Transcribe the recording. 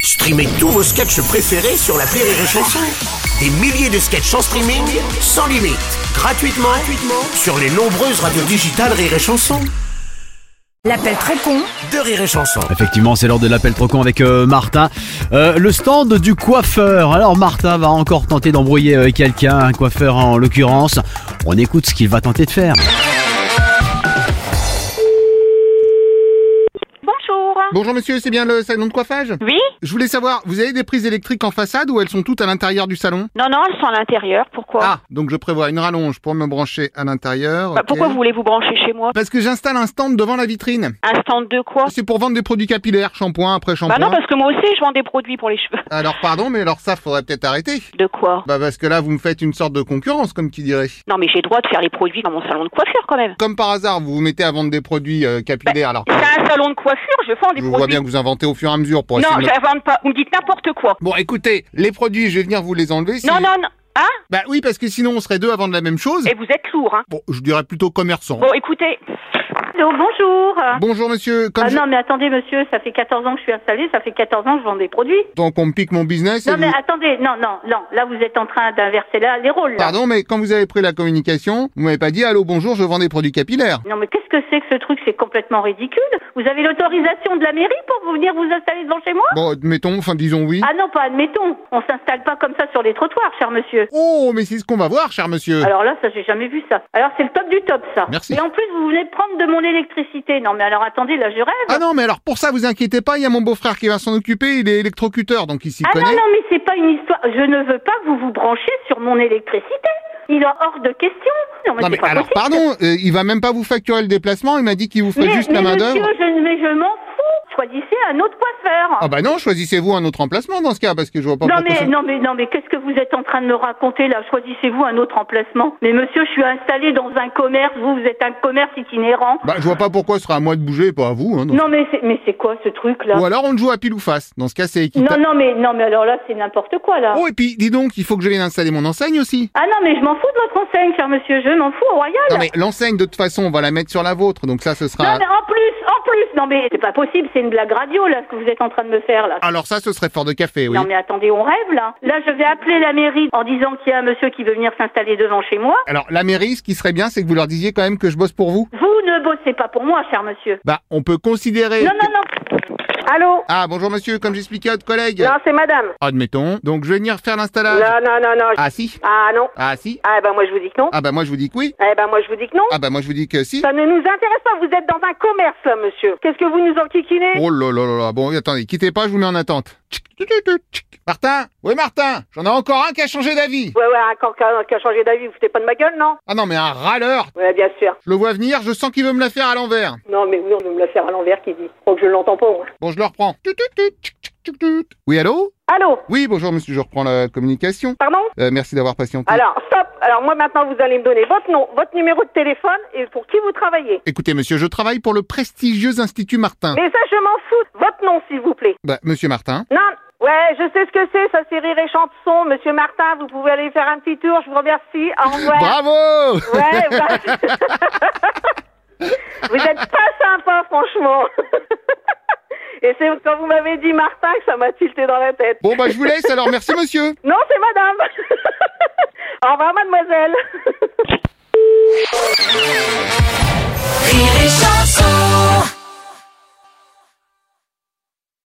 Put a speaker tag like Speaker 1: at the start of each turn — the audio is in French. Speaker 1: Streamez tous vos sketchs préférés sur la Rire et Chanson. Des milliers de sketchs en streaming, sans limite, gratuitement, gratuitement sur les nombreuses radios digitales Rire et Chanson.
Speaker 2: L'appel très con
Speaker 1: De Rire et Chanson.
Speaker 3: Effectivement, c'est l'heure de l'appel trocon avec euh, Martin. Euh, le stand du coiffeur. Alors Martin va encore tenter d'embrouiller euh, quelqu'un, un coiffeur en l'occurrence. On écoute ce qu'il va tenter de faire.
Speaker 4: Bonjour.
Speaker 5: Bonjour monsieur, c'est bien le salon de coiffage
Speaker 4: Oui
Speaker 5: Je voulais savoir, vous avez des prises électriques en façade ou elles sont toutes à l'intérieur du salon
Speaker 4: Non, non, elles sont à l'intérieur. Pourquoi
Speaker 5: Ah, donc je prévois une rallonge pour me brancher à l'intérieur.
Speaker 4: Bah,
Speaker 5: ok.
Speaker 4: Pourquoi vous voulez vous brancher chez moi
Speaker 5: Parce que j'installe un stand devant la vitrine.
Speaker 4: Un stand de quoi
Speaker 5: C'est pour vendre des produits capillaires, shampoing après shampoing.
Speaker 4: Ah. Bah non, parce que moi aussi, je vends des produits pour les cheveux.
Speaker 5: Alors pardon, mais alors ça faudrait peut-être arrêter.
Speaker 4: De quoi
Speaker 5: Bah parce que là vous me faites une sorte de concurrence, comme qui dirait.
Speaker 4: Non, mais j'ai le droit de faire les produits dans mon salon de coiffure quand même.
Speaker 5: Comme par hasard, vous vous mettez à vendre des produits euh, capillaires alors.
Speaker 4: C'est un salon de coiffure, je vends des
Speaker 5: Je vois
Speaker 4: Bah, produits.
Speaker 5: bien que vous inventez au fur et à mesure pour
Speaker 4: non,
Speaker 5: essayer de...
Speaker 4: je
Speaker 5: me-
Speaker 4: la vends pas. Vous me dites n'importe quoi.
Speaker 5: Bon écoutez, les produits, je vais venir vous les enlever. si-
Speaker 4: Non, non, non. Hein
Speaker 5: Bah oui, parce que sinon on serait deux à vendre la même chose.
Speaker 4: Et vous êtes lourd, hein
Speaker 5: Bon, je dirais plutôt commerçant.
Speaker 4: Bon, écoutez.
Speaker 6: Donc, bonjour.
Speaker 5: Bonjour monsieur, comme
Speaker 6: Ah
Speaker 5: je-
Speaker 6: non, mais attendez, monsieur, ça fait 14 ans que je suis installée, ça fait 14 ans que je vends des produits.
Speaker 5: donc on me pique mon business. et
Speaker 6: Non, mais
Speaker 5: vous-
Speaker 6: attendez, non, non, non, là, vous êtes en train d'inverser là, les rôles. Là.
Speaker 5: Pardon, mais quand vous avez pris la communication, vous m'avez pas dit allô bonjour, je vends des produits capillaires.
Speaker 6: Non, mais qu'est-ce que c'est que ce truc C'est complètement ridicule. Vous avez l'autorisation de la mairie pour vous venir vous installer devant chez moi
Speaker 5: Bon, admettons, enfin disons oui.
Speaker 6: Ah non, pas admettons. On s'installe pas comme ça sur les trottoirs, cher monsieur.
Speaker 5: Oh, mais c'est ce qu'on va voir, cher monsieur.
Speaker 6: Alors là, ça, j'ai jamais vu ça. Alors, c'est le top du top, ça.
Speaker 5: Merci.
Speaker 6: Et en plus, vous venez prendre de mon électricité. Non, mais alors, attendez, là, je rêve.
Speaker 5: Ah non, mais alors pour ça, vous inquiétez pas, il y a mon beau-frère qui va s'en occuper, il est électrocuteur, donc il s'y
Speaker 6: Ah non,
Speaker 5: connaît.
Speaker 6: non, mais c'est pas une histoire. Je ne veux pas que vous vous branchiez sur mon électricité. Il est hors de question. Non, mais,
Speaker 5: Non,
Speaker 6: c'est
Speaker 5: mais
Speaker 6: pas
Speaker 5: alors
Speaker 6: possible.
Speaker 5: pardon, euh, il va même pas vous facturer le déplacement, il m'a dit qu'il vous ferait
Speaker 6: Mais,
Speaker 5: juste la
Speaker 6: mais
Speaker 5: main
Speaker 6: monsieur,
Speaker 5: d'œuvre.
Speaker 6: je, mais je m'en fous. Choisissez un autre coiffeur.
Speaker 5: Ah bah non, choisissez-vous un autre emplacement dans ce cas, parce que je vois pas
Speaker 6: Non
Speaker 5: pourquoi
Speaker 6: mais,
Speaker 5: ça-
Speaker 6: non mais non mais qu'est-ce que vous êtes en train de me raconter là Choisissez-vous un autre emplacement. Mais monsieur, je suis installé dans un commerce. Vous, vous êtes un commerce itinérant.
Speaker 5: Bah je vois pas pourquoi ce sera à moi de bouger et pas à vous. Hein, donc.
Speaker 6: Non mais c'est mais c'est quoi ce truc là
Speaker 5: Ou alors on le joue à pile ou face. Dans ce cas, c'est
Speaker 6: Non
Speaker 5: équitable.
Speaker 6: non mais non mais alors là c'est n'importe quoi
Speaker 7: Ah.
Speaker 6: là.
Speaker 5: Oh, et puis dis donc, il faut que je vienne installer mon enseigne aussi.
Speaker 6: Ah non mais je m'en fous de votre enseigne, cher monsieur. Je m'en fous au royal.
Speaker 5: Non mais l'enseigne de toute façon on va la mettre sur la vôtre donc ça ce
Speaker 6: Non,
Speaker 5: sera
Speaker 6: mais en plus, en plus, non, mais c'est pas possible, c'est une blague radio, là, ce que vous êtes en train de me faire, là.
Speaker 5: alors ça ce serait fort de café Ah oui.
Speaker 6: Non, mais attendez, on rêve, là. Là, je vais appeler la mairie en disant qu'il y a un monsieur qui veut venir s'installer devant chez moi.
Speaker 5: Alors la mairie ce qui serait bien c'est que vous leur disiez quand même que je bosse pour vous.
Speaker 6: Vous ne bossez pas pour moi, cher monsieur.
Speaker 5: Bah on peut considérer
Speaker 6: Non,
Speaker 5: que-
Speaker 6: non, non.
Speaker 7: Allô
Speaker 5: Ah bonjour monsieur comme j'expliquais à votre collègue.
Speaker 7: Non, c'est madame.
Speaker 5: Admettons. Donc je vais venir faire l'installation.
Speaker 7: Non, non, non, non.
Speaker 5: Ah si.
Speaker 7: Ah non.
Speaker 5: Ah si.
Speaker 7: Ah ben moi je vous dis que non.
Speaker 5: Ah bah moi je vous dis que oui.
Speaker 7: Eh ben moi je vous dis que non.
Speaker 5: Ah bah moi je vous dis que si.
Speaker 7: Ça ne nous intéresse pas, vous êtes dans un commerce là, monsieur. Qu'est-ce que vous nous enquiquinez
Speaker 5: Oh là là là là. Bon attendez quittez pas je vous mets en attente. Tchic, tchic, tchic, tchic. Martin oui Martin j'en ai encore un qui a changé d'avis.
Speaker 7: Ouais, ouais, un corps qui a qui a changé d'avis, vous foutez pas de ma gueule, non
Speaker 5: Ah non mais un râleur.
Speaker 7: Ouais, bien sûr.
Speaker 5: Je le vois venir je sens qu'il veut me la faire à l'envers.
Speaker 7: Non, mais oui, on veut me la faire à l'envers qui dit. Faut que je l'entends pas, moi.
Speaker 5: Bon je le reprends. Tut, tut, tut, tchic, tchic, tchic, tut. Oui allô.
Speaker 7: Allô
Speaker 5: Oui, bonjour monsieur, je reprends la communication.
Speaker 7: Pardon
Speaker 5: Euh, merci d'avoir patienté.
Speaker 7: Alors, stop. Alors moi maintenant, vous allez me donner votre nom, votre numéro de téléphone et pour qui vous travaillez.
Speaker 5: Écoutez monsieur, je travaille pour le prestigieux Institut Martin.
Speaker 7: Mais ça, je m'en fous. Votre nom, s'il vous plaît.
Speaker 5: Bah, monsieur Martin.
Speaker 7: Non, ouais, je sais ce que c'est, ça c'est rire et chanson. Monsieur Martin, vous pouvez aller faire un petit tour, je vous remercie. Au revoir.
Speaker 5: Bravo
Speaker 7: Ouais, bah- vous êtes pas sympa, franchement. Et c'est quand vous m'avez dit Martin que ça m'a tilté dans la tête.
Speaker 5: Bon bah je vous laisse alors, merci monsieur.
Speaker 7: Non, c'est madame. Au revoir, mademoiselle.
Speaker 2: Rire et Chanson